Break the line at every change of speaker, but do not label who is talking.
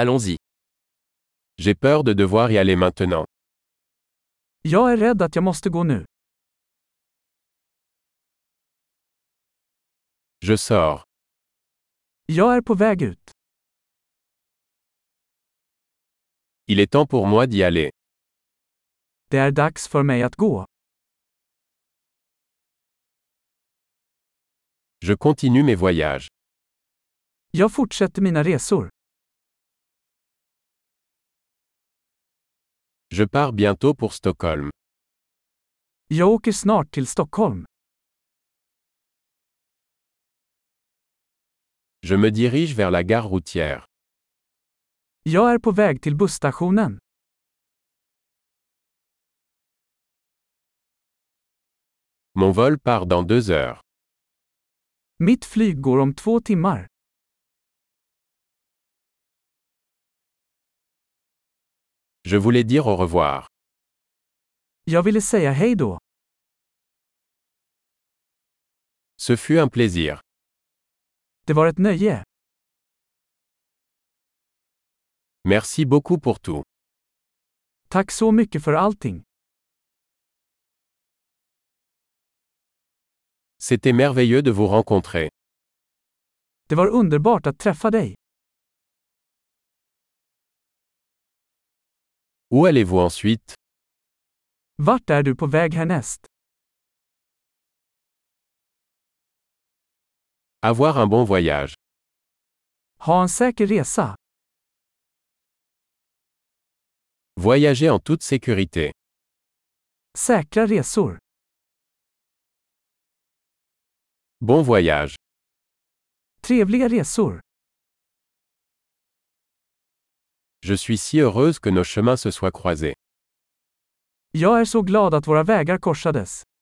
Allons-y. J'ai peur de devoir y aller maintenant.
Jag är rädd att jag måste gå nu.
Je sors.
Jag är på väg ut.
Il est temps pour moi d'y aller.
Det är dags för mig att gå.
Je continue mes voyages.
Jag fortsätter mina resor.
Je pars bientôt pour Stockholm.
Jag åker snart till Stockholm.
Je me dirige vers la gare routière.
Jag är på väg till busstationen.
Mon vol part dans deux heures.
Mitt flyg går om två timmar.
Je voulais dire au revoir.
Jag ville säga hej då.
Ce fut un plaisir.
Det var ett nöje.
Merci beaucoup pour tout.
Tack så mycket för allting.
C'était merveilleux de vous rencontrer.
Det var underbart att träffa dig.
Où allez-vous ensuite
Vart är du på väg härnäst?
Avoir un bon voyage.
Ha en säker resa.
Voyager en toute sécurité.
Säkra resor.
Bon voyage.
Trevliga resor.
Je suis si heureuse que nos chemins se soient croisés.
Jag är så glad att våra vägar korsades.